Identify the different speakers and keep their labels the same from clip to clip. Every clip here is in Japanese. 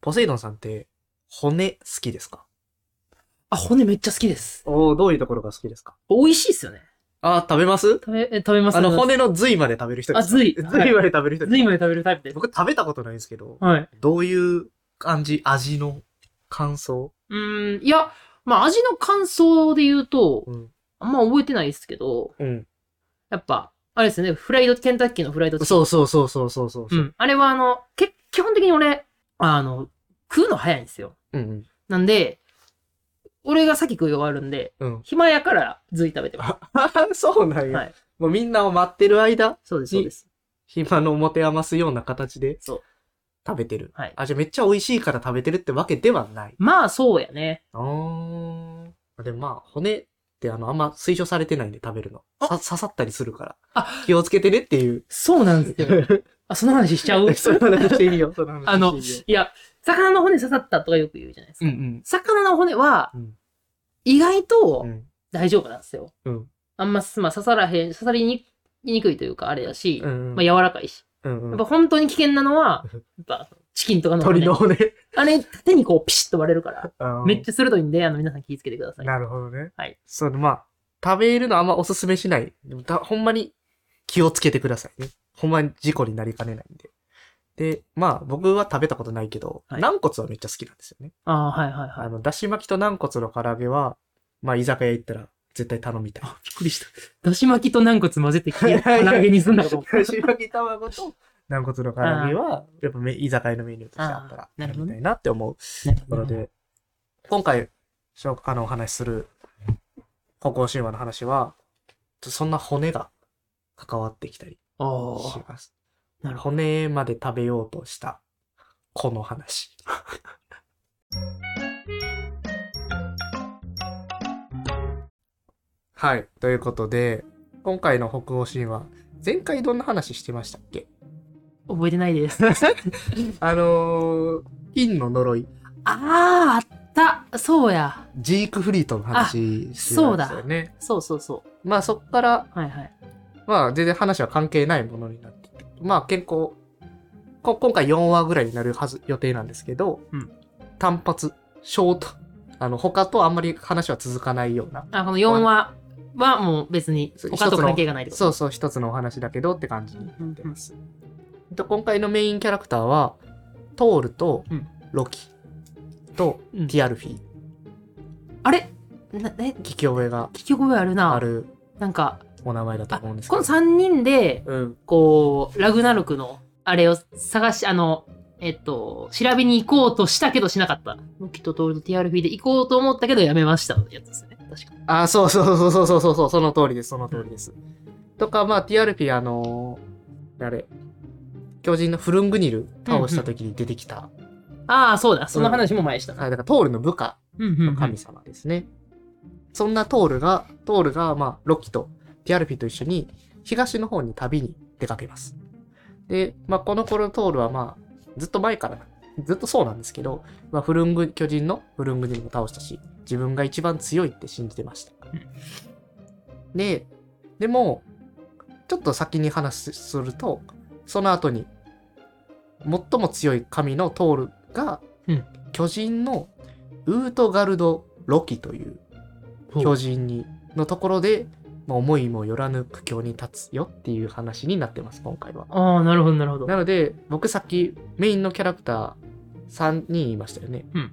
Speaker 1: ポセイドンさんって、骨好きですか
Speaker 2: あ、骨めっちゃ好きです。
Speaker 1: おおどういうところが好きですか
Speaker 2: 美味しいっすよね。
Speaker 1: あー、食べます
Speaker 2: 食べ、え食べます
Speaker 1: あの、骨の髄まで食べる人ですか
Speaker 2: あ髄
Speaker 1: 髄
Speaker 2: はい
Speaker 1: まで食べる人です、
Speaker 2: 随分食べるタイプです。
Speaker 1: 僕食べたことないんですけど、
Speaker 2: はい。
Speaker 1: どういう感じ、味の感想
Speaker 2: うーん、いや、まあ味の感想で言うと、
Speaker 1: うん。
Speaker 2: あんま覚えてないですけど、
Speaker 1: うん。
Speaker 2: やっぱ、あれですね、フライド、ケンタッキーのフライドチキン。
Speaker 1: そうそうそうそうそうそう。
Speaker 2: う。ん。あれはあの、け基本的に俺、あの、食うの早いんですよ。
Speaker 1: うん
Speaker 2: なんで、俺が先食い終わるんで、
Speaker 1: うん。 うん。
Speaker 2: 暇やからずい食べてます。
Speaker 1: そうなんや、
Speaker 2: はい。
Speaker 1: もうみんなを待ってる間、
Speaker 2: そうです、そうです。
Speaker 1: 暇の持て余すような形で
Speaker 2: そう。
Speaker 1: 食べてる。
Speaker 2: はい。
Speaker 1: あ、じゃあめっちゃ美味しいから食べてるってわけではない。
Speaker 2: まあ、そうやね。
Speaker 1: あー。で、まあ、骨ってあの、あんま推奨されてないんで食べるの。さ、刺さったりするから。
Speaker 2: あ
Speaker 1: 気をつけてねっていう。
Speaker 2: そうなんですよ。あ、 その話しちゃ う
Speaker 1: その話していいよ。その話
Speaker 2: あの、
Speaker 1: していいよ
Speaker 2: いや、魚の骨刺さったとかよく言うじゃないです
Speaker 1: う
Speaker 2: か。
Speaker 1: ん
Speaker 2: 魚の骨は
Speaker 1: う、ん。
Speaker 2: 意外と
Speaker 1: うん。
Speaker 2: 大丈夫なんですよ。
Speaker 1: うん。
Speaker 2: あんま、まあ、刺さらへん、刺さりににくいというか、あれだし、
Speaker 1: うん。
Speaker 2: まあ、柔らかいし。
Speaker 1: うん
Speaker 2: や
Speaker 1: う
Speaker 2: っ
Speaker 1: ん
Speaker 2: ぱ本当に危険なのは、やっぱ、チキンとかの骨
Speaker 1: 鳥の骨。
Speaker 2: あれ、縦にこう、ピシッと割れるから、めっち
Speaker 1: ゃ。
Speaker 2: ゃ鋭いんで、あの、皆さん気をつけてください。
Speaker 1: なるほどね。
Speaker 2: はい。
Speaker 1: その、まあ、食べるのあんまおすすめしない。でもたほんまに気をつけてくださいね。ほんまに事故になりかねないんで。で、まあ、僕は食べたことないけど、
Speaker 2: はい
Speaker 1: 軟骨はめっちゃ好きなんですよね。
Speaker 2: ああ、はいはいは
Speaker 1: あ
Speaker 2: い。
Speaker 1: の、だし巻きと軟骨の唐揚げは、まあ、居酒屋行ったら絶対頼みたい。
Speaker 2: びっくりした。だし巻きと軟骨混ぜて、唐揚げにすん だかと思った。
Speaker 1: だし巻き卵と 軟骨の唐揚げは、やっぱめ居酒屋のメニューとしてあったら、
Speaker 2: あーなるほどね
Speaker 1: みたい なって思うところで、今回、しょあの、お話しする、香港神話の話は、ちょっとそんな骨が関わってきたり
Speaker 2: あ
Speaker 1: し
Speaker 2: あ、
Speaker 1: ます。
Speaker 2: なるほ
Speaker 1: 骨まで食べようとした、この話。 はい。ということで、今回の北欧神話、前回どんな話してましたっけ
Speaker 2: ど。覚えてな いです。
Speaker 1: あのー、金の呪い、
Speaker 2: ああ、あった。そうや。
Speaker 1: ジークフリートの話してたんですよね。
Speaker 2: そうそうそ
Speaker 1: まあそっから、
Speaker 2: う。はいはい。
Speaker 1: まあ全然話は関係ないものになっててまあ結構、こ今回4話ぐらいになるはず、予定なんですけど、
Speaker 2: うん
Speaker 1: 単発、ショート、あの、他とあんまり話は続かないような、
Speaker 2: あ、この4話はもう別に
Speaker 1: そう
Speaker 2: 他と関係がないってこと
Speaker 1: そうそう、一つのお話だけどって感じにな
Speaker 2: うんうん
Speaker 1: ってます。と今回のメインキャラクターは、トールと
Speaker 2: うん
Speaker 1: ロキと
Speaker 2: うん
Speaker 1: ティアルフィ、
Speaker 2: あれなえ、
Speaker 1: 聞き覚えが
Speaker 2: 聞き覚えあるな。
Speaker 1: あ。る
Speaker 2: なんか、
Speaker 1: お名前だと
Speaker 2: あ
Speaker 1: 思うんですけ
Speaker 2: この
Speaker 1: ど。
Speaker 2: 3人で、
Speaker 1: うん、
Speaker 2: こう、ラグナルクの、あれを探し、あの、えっと、調べに行こうとしたけどしなかった。ムキとトールと TRP で行こうと思ったけどやめましたやつですね。確か。
Speaker 1: あ、そうそうそうそうそうそうそう、その通りです、その通りです。とか、まあ、ティアルピあのーあれ、巨人のフルングニル倒した時に出てきた、
Speaker 2: ああ、そうだ。その話も前したな。
Speaker 1: あだからトールの部下
Speaker 2: うんう
Speaker 1: の神様ですね。そんなトールが、トールが、まあ、ロキとティアルピと一緒に東の方に旅に出かけます。で、まあ、この頃トールはまあ、ずっと前から、ずっとそうなんですけど、まあ、フルング、巨人のフルング人も倒したし、自分が一番強いって信じてました
Speaker 2: うん。
Speaker 1: で、でも、ちょっと先に話すると、その後に、最も強い神のトールが、
Speaker 2: うん
Speaker 1: 巨人のウートガルド・ロキという巨人にのところで、まあ、思いもよらぬ苦境に立つよっていう話になってます今回は。
Speaker 2: ああ、なるほど、なるほど。
Speaker 1: なので僕さっきメインのキャラクター3人いましたよね。
Speaker 2: うん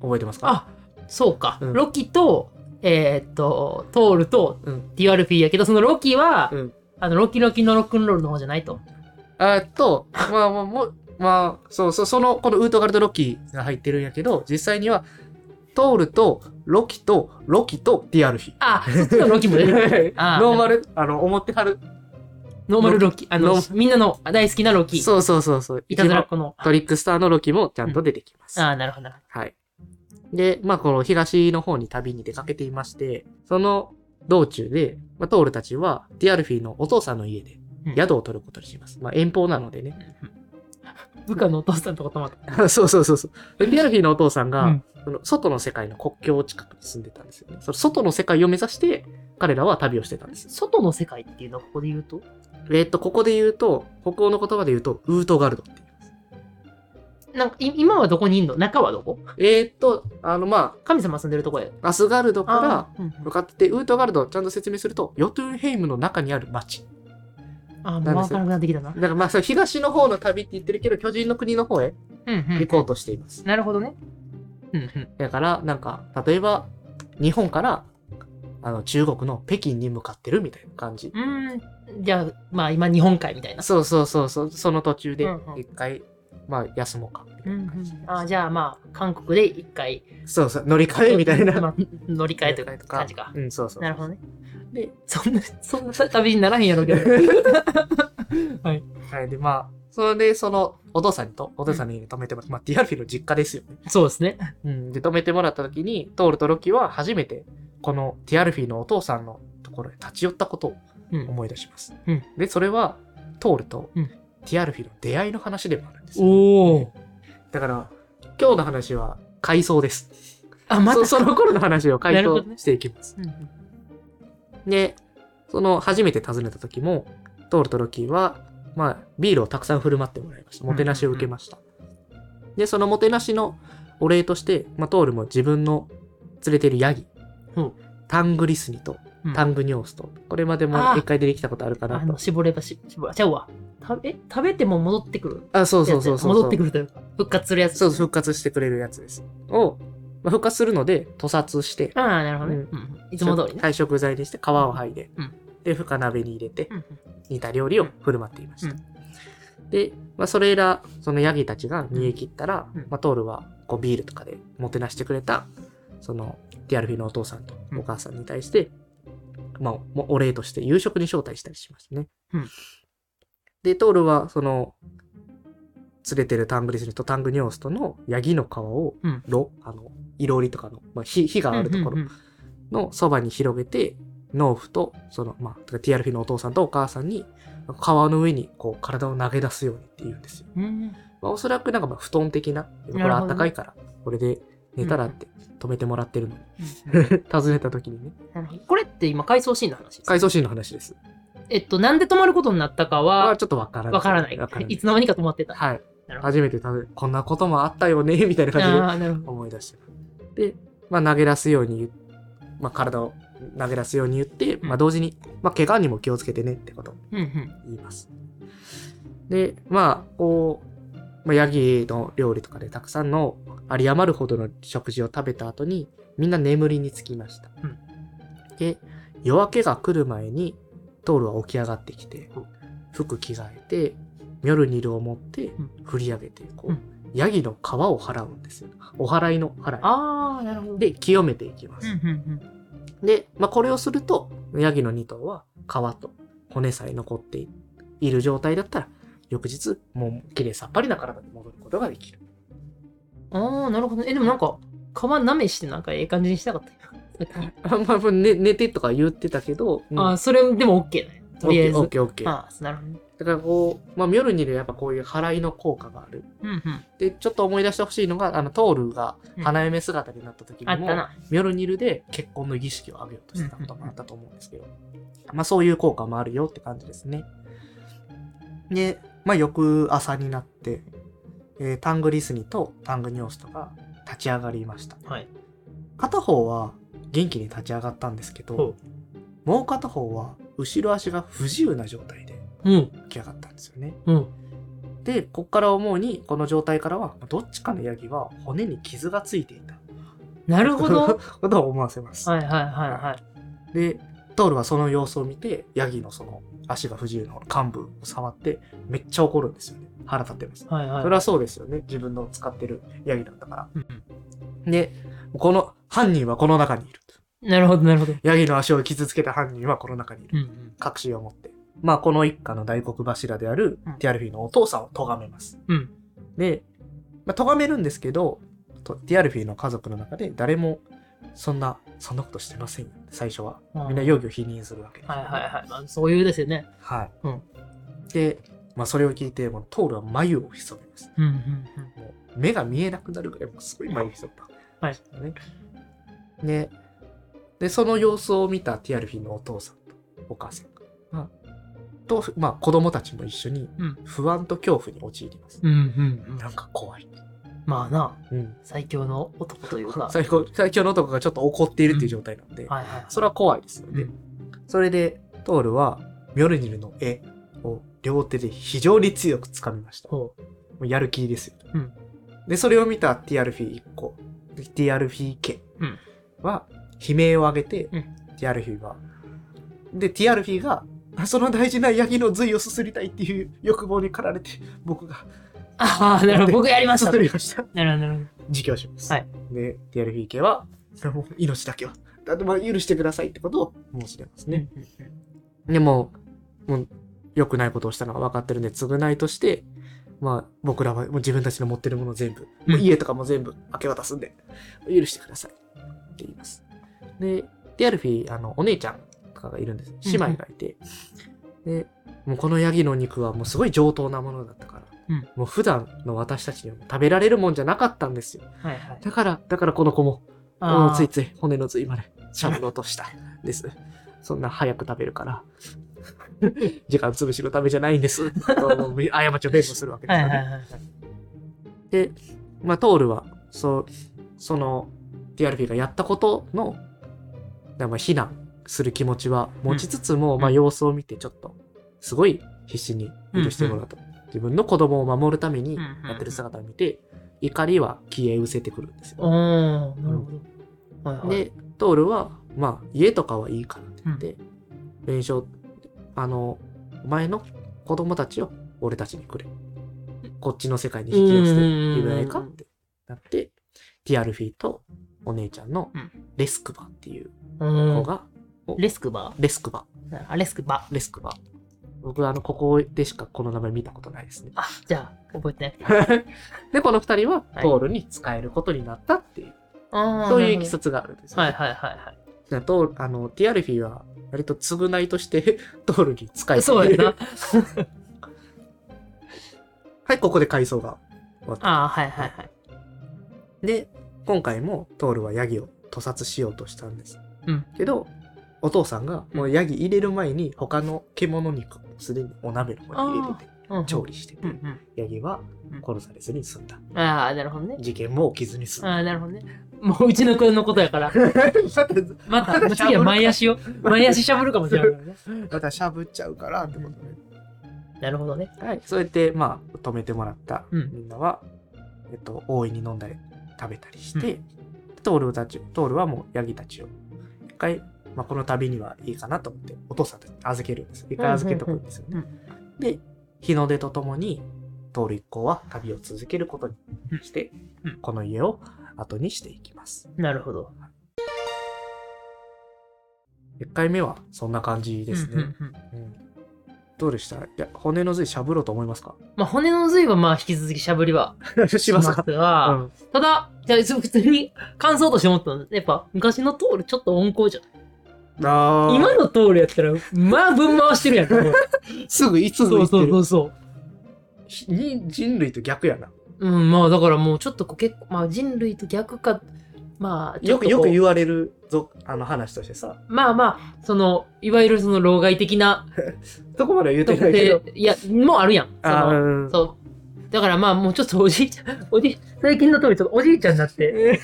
Speaker 1: 覚えてますか
Speaker 2: あ、そうか。
Speaker 1: うん
Speaker 2: ロキと、えーっと、トールと
Speaker 1: うん、
Speaker 2: デュアルフィーやけど、そのロキは、
Speaker 1: うん
Speaker 2: あの、ロキロキのロックンロールの方じゃないと。
Speaker 1: えっとまあまあもうまあそうそうそのこのウートガルド・ロキが入ってるんやけど実際にはトールとロキとロキとディアル フィ。
Speaker 2: あ、そっちの ロキも出てくるあー
Speaker 1: ノーマルあの思ってはる。
Speaker 2: ノーマルロキ。あ
Speaker 1: ノ
Speaker 2: の、
Speaker 1: ー
Speaker 2: みんなの大好きなロキ。
Speaker 1: そうそうそうそう。
Speaker 2: いたずらっ子の。
Speaker 1: トリックスターのロキもちゃんと出てきます。
Speaker 2: ああ、なるほど、なるほ
Speaker 1: はい。で、まあ、この東の方に旅に出かけていまして、その道中で、まあ、トールたちは、ディアルフィのお父さんの家で
Speaker 2: うん
Speaker 1: 宿を取ることにします。まあ、遠方なのでね。
Speaker 2: ど。部下のお父さんとか止まった。
Speaker 1: そうそうそうそう。でディアルフィのお父さんが、
Speaker 2: うん
Speaker 1: その外の世界の国境近くに住んでたんですよね。その外の世界を目指して、彼らは旅をしてたんですよ。
Speaker 2: 外の世界っていうのはここで言うと
Speaker 1: えっと、ここで言うと、北欧の言葉で言うと、ウートガルドって言います。
Speaker 2: なんか、い今はどこにいんの中はどこ
Speaker 1: えーっと、あの、ま
Speaker 2: 神様住んでるとこへ。
Speaker 1: あ、アスガルドから
Speaker 2: あー、うん
Speaker 1: 向かって、ウートガルドをちゃんと説明すると、ヨトゥンヘイムの中にある町。
Speaker 2: あー、
Speaker 1: なん
Speaker 2: もう
Speaker 1: で
Speaker 2: わ
Speaker 1: す
Speaker 2: からなくなってきたな。
Speaker 1: だからまあ、それ東の方の旅って言ってるけど、巨人の国の方へ
Speaker 2: うんう
Speaker 1: 行
Speaker 2: ん。
Speaker 1: こうとしています。
Speaker 2: なるほどね。うんうん。
Speaker 1: だから、なんか、例えば、日本から、あの、中国の北京に向かってるみたいな感じ。
Speaker 2: うーん。じゃあ、まあ今日本海みたいな。
Speaker 1: そうそうそうそう、その途中で
Speaker 2: うんうん
Speaker 1: 一回、まあ休もうか。
Speaker 2: うんうん。あーじゃあまあ、韓国で一回。
Speaker 1: そうそう、乗り換えみたいな。
Speaker 2: まあ乗り換えという感じか。
Speaker 1: うん、そうそう。
Speaker 2: なるほどね。
Speaker 1: で、
Speaker 2: そんな、そんな旅にならへんやろうけど。
Speaker 1: はい、で、まあ、それで、その、お父さんにと、お父さんに泊めてもらって、まあ、ディアルフィの実家ですよね。
Speaker 2: そうですね。
Speaker 1: うん、で、泊めてもらった時に、トールとロキは初めて、このティアルフィのお父さんのところへ立ち寄ったことを
Speaker 2: うん。
Speaker 1: 思い出します。
Speaker 2: うん
Speaker 1: で、それは、トールと
Speaker 2: うん
Speaker 1: ティアルフィの出会いの話でもあるんですよ。
Speaker 2: おお。
Speaker 1: だから、今日の話は、回想です。
Speaker 2: あ、また
Speaker 1: そそ の頃の話を回
Speaker 2: なるほ
Speaker 1: 想
Speaker 2: どね
Speaker 1: していきます。
Speaker 2: うん
Speaker 1: で、その初めて訪ねた時も、トールとロッキーは、まあ、ビールをたくさん振る舞ってもらいました。もてなしを受けました。で、そのもてなしのお礼として、まあ、トールも自分の連れてるヤギ、
Speaker 2: うん
Speaker 1: タングリスニと
Speaker 2: うん
Speaker 1: タングニョースと、これまでも
Speaker 2: あー
Speaker 1: 一回出てきたことあるかな
Speaker 2: あ
Speaker 1: と
Speaker 2: の、。絞ればし、絞れば。ちゃうわ。食べ、食べても戻ってくるや
Speaker 1: あそう
Speaker 2: つや。
Speaker 1: そうそうそう。
Speaker 2: 戻ってく
Speaker 1: る。
Speaker 2: るというか、復活するやつ。
Speaker 1: そうそう、復活してくれるやつです。を、まあ、復活するので、屠殺して、
Speaker 2: ああ、なるほどね。
Speaker 1: う
Speaker 2: うんん。いつも通りね。
Speaker 1: 対食材にして皮を剥いで、
Speaker 2: うん
Speaker 1: で、深鍋に入れて、
Speaker 2: うんうん
Speaker 1: 似た料理を振る舞っていました。
Speaker 2: うん
Speaker 1: で、まあ、それら、そのヤギたちが逃げ切ったら、
Speaker 2: うん
Speaker 1: まあ、トールはこうビールとかでもてなしてくれた、そのディアルフィのお父さんと
Speaker 2: うん
Speaker 1: お母さんに対して、まあ、もお礼として夕食に招待したりしましたね。
Speaker 2: うん
Speaker 1: で、トールは、その、連れてるタングリスニとタングニョースとのヤギの皮を、
Speaker 2: うん
Speaker 1: ろあの、いろりとかの、まあ、火火があるところ、
Speaker 2: うんうんうん
Speaker 1: のそばに広げて、農夫と、その、まあ、てか TRF のお父さんとお母さんに、川の上にこう体を投げ出すようにって言うんですよ。
Speaker 2: うん
Speaker 1: まあ、おそらくなんかまあ布団的な、これ
Speaker 2: なる
Speaker 1: あ
Speaker 2: ほどね
Speaker 1: ったかいから、これで寝たらって止めてもらってるの に、
Speaker 2: うん
Speaker 1: 訪ねた時にね、
Speaker 2: なるほどこれって今、回想シーンの話です。
Speaker 1: 回想シーンの話です。
Speaker 2: えっと、なんで止まることになったか
Speaker 1: まあ
Speaker 2: は、
Speaker 1: ちょっとわからない。
Speaker 2: わからない
Speaker 1: わから。ない
Speaker 2: いつの間にか止まってた。
Speaker 1: はい
Speaker 2: なる。ほど
Speaker 1: 初めて多分こんなこともあったよね、みたいな感じで
Speaker 2: ああ、なるほど。
Speaker 1: 思い出してで、まあ、投げ出すように言う、まあ、体を投げ出すように言って、まあ、同時に、まあ、怪我にも気をつけてねってこと
Speaker 2: うんうん。
Speaker 1: 言います。で、まあ、こう、まあ、ヤギの料理とかでたくさんの有り余るほどの食事を食べた後に、みんな眠りにつきました。
Speaker 2: うん
Speaker 1: で、夜明けが来る前に、トールは起き上がってきて、服着替えて、ミョルニルを持って
Speaker 2: うん
Speaker 1: 振り上げて、こう、
Speaker 2: うん
Speaker 1: ヤギの皮を払うんですよ。お祓いの払
Speaker 2: ああ、なるほど。
Speaker 1: い。、で、清めていきます。
Speaker 2: うんうん
Speaker 1: で、まあ、これをすると、ヤギの2頭は皮と骨さえ残っている状態だったら、翌日、もう綺麗さっぱりな体に戻ることができる。
Speaker 2: うん。ああ、なるほどね。え、でもなんか、皮舐めしてなんかええ感じにしたかったよ。
Speaker 1: あまあ、ね、寝てとか言ってたけど、うん
Speaker 2: ああ、それでも OK だね。とりあえ
Speaker 1: オッ
Speaker 2: ず。
Speaker 1: ケーオッケーオッケー。
Speaker 2: ああ、なるほどね。
Speaker 1: だからこう、まあ、ミョルニルやっぱこういう払いの効果がある。
Speaker 2: うんうん。
Speaker 1: で、ちょっと思い出してほしいのが、あの、トールが
Speaker 2: うん
Speaker 1: 花嫁姿になった時
Speaker 2: あ
Speaker 1: に
Speaker 2: っ
Speaker 1: も、
Speaker 2: たな。
Speaker 1: ミョルニルで結婚の儀式を挙げようとしてたこともあったと思うんですけど、まあそういう効果もあるよって感じですね。で、まあ翌朝になって、えータングリスニとタングニョーストが立ち上がりました。
Speaker 2: はい。
Speaker 1: 片方は元気に立ち上がったんですけ
Speaker 2: ほ
Speaker 1: ど、もう片方は後ろ足が不自由な状態で
Speaker 2: うん。
Speaker 1: 起き上がったんですよね。
Speaker 2: うん。
Speaker 1: で、こっから思うに、この状態からは、どっちかのヤギは骨に傷がついていた。
Speaker 2: な るほど。
Speaker 1: ことを思わせます。
Speaker 2: はいはいはいはい。
Speaker 1: でトールはその様子を見てヤギのその足が不自由な幹部を触ってめっちゃ怒るんですよね腹立ってます
Speaker 2: はいはい。
Speaker 1: それはそうですよね自分の使ってるヤギなんだか
Speaker 2: うんうん
Speaker 1: らでこの犯人はこの中にいる
Speaker 2: なるほどなるほど。
Speaker 1: ヤギの足を傷つけた犯人はこの中にいる
Speaker 2: うんうん。
Speaker 1: 確信を持ってまあこの一家の大黒柱である
Speaker 2: うん
Speaker 1: ティアルフィのお父さんを咎めます
Speaker 2: うん。
Speaker 1: で、まあ、咎めるんですけどとティアルフィの家族の中で誰もそんなそんなことしてませんよ最初はみんな容疑を否認するわけです
Speaker 2: はいはいはい。まあ、そういうですよね。
Speaker 1: はい。
Speaker 2: うん
Speaker 1: で、まあ、それを聞いて、もうトールは眉を潜めます。
Speaker 2: うんうんうん。
Speaker 1: もう目が見えなくなるぐらい、もうすごい眉を潜った。
Speaker 2: はい
Speaker 1: ね。で、で、その様子を見たティアルフィのお父さんとお母さんが、と、まあ、子供たちも一緒に
Speaker 2: うん
Speaker 1: 不安と恐怖に陥ります。
Speaker 2: うんうん
Speaker 1: なんか怖い。
Speaker 2: うん。まあな、
Speaker 1: うん、
Speaker 2: 最強の男というか。
Speaker 1: 最高最強の男がちょっと怒っているっていう状態なんで、
Speaker 2: はいはい。
Speaker 1: それは怖いですよね。
Speaker 2: うん
Speaker 1: それでトールはミョルニルの絵を両手で非常に強く掴みました。
Speaker 2: ほ
Speaker 1: もうやる気ですよ、
Speaker 2: うん
Speaker 1: で、それを見たティアルフィ一個、ティアルフィ家
Speaker 2: うん
Speaker 1: は悲鳴を上げて、
Speaker 2: うん
Speaker 1: ティアルフィは、で、ティアルフィが、その大事なヤギの髄をすすりたいっていう欲望に駆られて、僕が
Speaker 2: うああ、なるほど。僕やりますした
Speaker 1: す。りました。
Speaker 2: なるほど、なるほど。
Speaker 1: 自供します。
Speaker 2: はい
Speaker 1: で、ティアルフィ家は、もう命だけは、だってまあ許してくださいってことを申し出ますね。
Speaker 2: うんうんうん。
Speaker 1: でも、もう良くないことをしたのが分かってるんで、償いとして、まあ、僕らはもう自分たちの持ってるもの全部、
Speaker 2: うん
Speaker 1: もう家とかも全部明け渡すんで、許してくださいって言います。で、ディアルフィ、あの、お姉ちゃんとかがいるんです。姉妹がいて、で、もうこのヤギの肉はもうすごい上等なものだったから、
Speaker 2: うん
Speaker 1: もう普段の私たちにはもう食べられるもんじゃなかったんですよ。
Speaker 2: はいはい。
Speaker 1: だから、だからこの子も、
Speaker 2: あ
Speaker 1: うん
Speaker 2: ー
Speaker 1: ついつい骨の髄までしゃぶろうとしたんです。そんな早く食べるから、 時間潰しのためじゃないんです。ともう過ちを弁護するわけです
Speaker 2: はい
Speaker 1: よ
Speaker 2: は
Speaker 1: ね。
Speaker 2: いはいはい。
Speaker 1: で、まあ、トールは、そう、その、ディアルフィがやったことの、だからまあ非難する気持ちは持ちつつも、
Speaker 2: ん
Speaker 1: まあ、様子を見て、ちょっと、すごい必死に許してもらうと。自分の子供を守るためにやってる姿を見て、怒りは消え失せてくるんですよ。
Speaker 2: おおなるほど。はいはい。
Speaker 1: で、トールは、まあ、家とかはいいからって言って、弁償、あの、お前の子供たちを俺たちにくれ。こっちの世界に引き寄せていないかってなって、ティアルフィとお姉ちゃんの
Speaker 2: うん
Speaker 1: レスクバっていう
Speaker 2: うん
Speaker 1: 子が、
Speaker 2: レスクバ
Speaker 1: レスクバ、
Speaker 2: ーあレスクバー。
Speaker 1: レスクバ。僕、あの、ここでしかこの名前見たことないです ね。
Speaker 2: あ、じゃあ、覚えてない。
Speaker 1: で、この二人は
Speaker 2: はい
Speaker 1: トールに使えることになったっていう、
Speaker 2: あー
Speaker 1: そういうい
Speaker 2: なるほど
Speaker 1: きさつがあるんですよね、
Speaker 2: はいはいはいはい。
Speaker 1: だと、あの、ティアルフィは、割と償いとして、 トールに使えて
Speaker 2: そうや な。
Speaker 1: はい、ここで回想が終わった。
Speaker 2: ああ、はいはいはい。
Speaker 1: で、今回もトールはヤギを屠殺しようとしたんです。
Speaker 2: うん
Speaker 1: けど、お父さんが、もうヤギ入れる前に、他の獣肉をすでにお鍋の方に入れてて、
Speaker 2: うん
Speaker 1: 調理してて、
Speaker 2: うん
Speaker 1: ヤギは
Speaker 2: うん
Speaker 1: 殺されずに済んだ。
Speaker 2: うん。ああ、なるほどね。
Speaker 1: 事件も起きずに済ん
Speaker 2: あ
Speaker 1: だ。
Speaker 2: あ、なるほどね。もううちの子のことやから。
Speaker 1: だって
Speaker 2: ま た、次は前足を、前足しゃぶるかもしれないからね。
Speaker 1: またしゃぶっちゃうからってことね。
Speaker 2: なるほどね。
Speaker 1: はい、そうやって、まあ、止めてもらった
Speaker 2: うん
Speaker 1: みんなは、えっと、大いに飲んだり、食べたりして、トールたち、トールはもうヤギたちを、一回、まあ、この旅にはいいかなと思って、お父さんたちに預けるんです。一回預けとくんですよね。
Speaker 2: うんうん
Speaker 1: で、日の出とともに、トール一行は旅を続けることにして、
Speaker 2: うんうん
Speaker 1: この家を後にしていきます。
Speaker 2: なるほど。
Speaker 1: 1回目はそんな感じですね。
Speaker 2: うんうんうん
Speaker 1: うんどうでしたいや骨の髄しゃぶろうと思いますか
Speaker 2: まあ、骨の髄はまあ、引き続 きしゃぶりは
Speaker 1: しますか、
Speaker 2: が
Speaker 1: うん
Speaker 2: ただ、じゃあ、普通に感想として思ったのやっぱ、昔のトールちょっと温厚じゃん。
Speaker 1: あー
Speaker 2: 今のトールやったら、まあ、分回してる やん。もう
Speaker 1: すぐいつ
Speaker 2: そ
Speaker 1: ぞ
Speaker 2: うそうそ
Speaker 1: 言っ
Speaker 2: うそう。
Speaker 1: てるに人類と逆やな。
Speaker 2: うん、まあ、だからもうちょっとこう結構、まあ、人類と逆か、まあ、ちょ
Speaker 1: よ
Speaker 2: っ
Speaker 1: く
Speaker 2: とこう
Speaker 1: よく言われるぞあの話としてさ、
Speaker 2: まあまあ、その、いわゆるその、老害的な、
Speaker 1: そこまでは言うてないけ
Speaker 2: で
Speaker 1: ど。
Speaker 2: いや、もうあるやん。そ
Speaker 1: あ
Speaker 2: の
Speaker 1: ー
Speaker 2: そう。だからまあ、もうちょっとおじいちゃん、おじい、最近のトールちょっとおじいちゃんになって、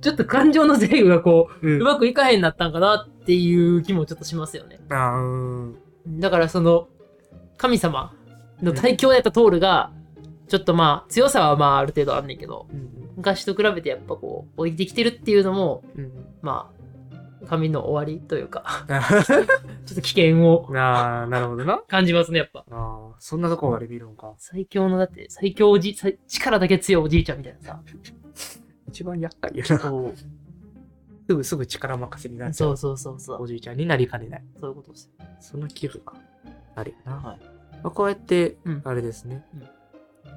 Speaker 2: ちょっと感情の制 御がこう、
Speaker 1: うん
Speaker 2: うまくいかへんなったんかなっていう気もちょっとしますよね。
Speaker 1: あーうん
Speaker 2: だからその神様の大凶やったトールがちょっとまあ強さはまあある程度あんねんけど
Speaker 1: うん
Speaker 2: 昔と比べてやっぱこう置いてきてるっていうのも
Speaker 1: うん
Speaker 2: まあ神の終わりというか
Speaker 1: あー
Speaker 2: ちょっと危険を
Speaker 1: あー、なるほどな。
Speaker 2: 感じますねやっぱ
Speaker 1: あーそんなとこまで見るんか。
Speaker 2: 最強のだって最強おじ最力だけ強いおじいちゃんみたいなさ
Speaker 1: 一番厄介やな。
Speaker 2: そ
Speaker 1: すぐすぐ力任せになっ
Speaker 2: う
Speaker 1: ちゃ
Speaker 2: そううそうそうそう
Speaker 1: おじいちゃんになりかねない。
Speaker 2: そういうことですよ
Speaker 1: その寄付があるよな。
Speaker 2: はい
Speaker 1: まあ、こうやって、
Speaker 2: うん
Speaker 1: あれですね、
Speaker 2: うん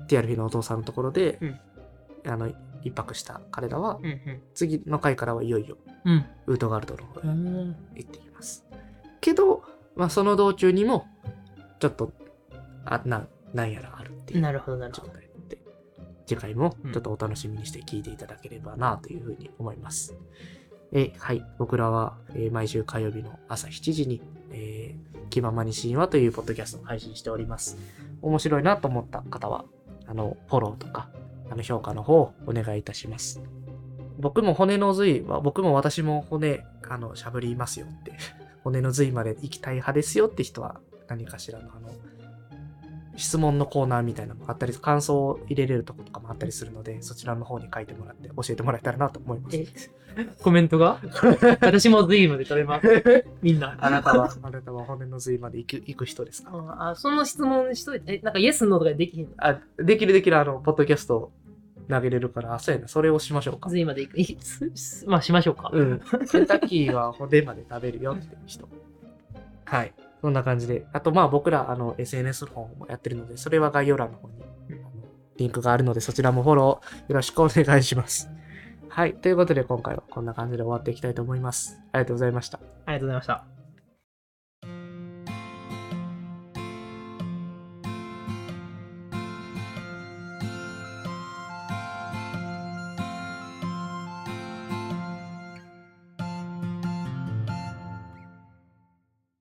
Speaker 1: ティアルフィのお父さんのところで、
Speaker 2: うん
Speaker 1: あの一泊した彼らは、
Speaker 2: うんうん
Speaker 1: 次の回からはいよいよ
Speaker 2: うん
Speaker 1: ウートガルドの方へ
Speaker 2: うん
Speaker 1: 行ってきます。けど、まあ、その道中にも、ちょっと、あな、なんやらあるっていう
Speaker 2: なるほどなる
Speaker 1: 状
Speaker 2: ほど
Speaker 1: 態で、次回も
Speaker 2: うん
Speaker 1: ちょっとお楽しみにして聞いていただければなというふうに思います。えはい、僕らは、えー毎週火曜日の朝7時にえー、気ままに神話というポッドキャストを配信しております。面白いなと思った方は、あの、フォローとか、あの、評価の方をお願いいたします。僕も骨の髄は、僕も私も骨、あの、しゃぶりますよって、骨の髄まで行きたい派ですよって人は、何かしらの、あの、質問のコーナーみたいなのもあったり、感想を入れれるとことかもあったりするので、そちらの方に書いてもらって、教えてもらえたらなと思います。
Speaker 2: コメントが私も随分で食べます。みんな。
Speaker 1: あなたは、あなたは骨の髄まで行く行く人ですか
Speaker 2: あ、その質問しといて、え、なんかイエスのとかできへんの
Speaker 1: あ、できるできる、あの、ポッドキャスト投げれるから、あそうやな、それをしましょうか。
Speaker 2: 随まで行くいすす。まあしましょうか。
Speaker 1: うん。ケンタッキーは骨まで食べるよって人。はい。そんな感じで。あと、まあ僕ら、あの、SNS の方もやってるので、それは概要欄の方に、あのリンクがあるので、そちらもフォローよろしくお願いします。はい。ということで、今回はこんな感じで終わっていきたいと思います。ありがとうございました。
Speaker 2: ありがとうございました。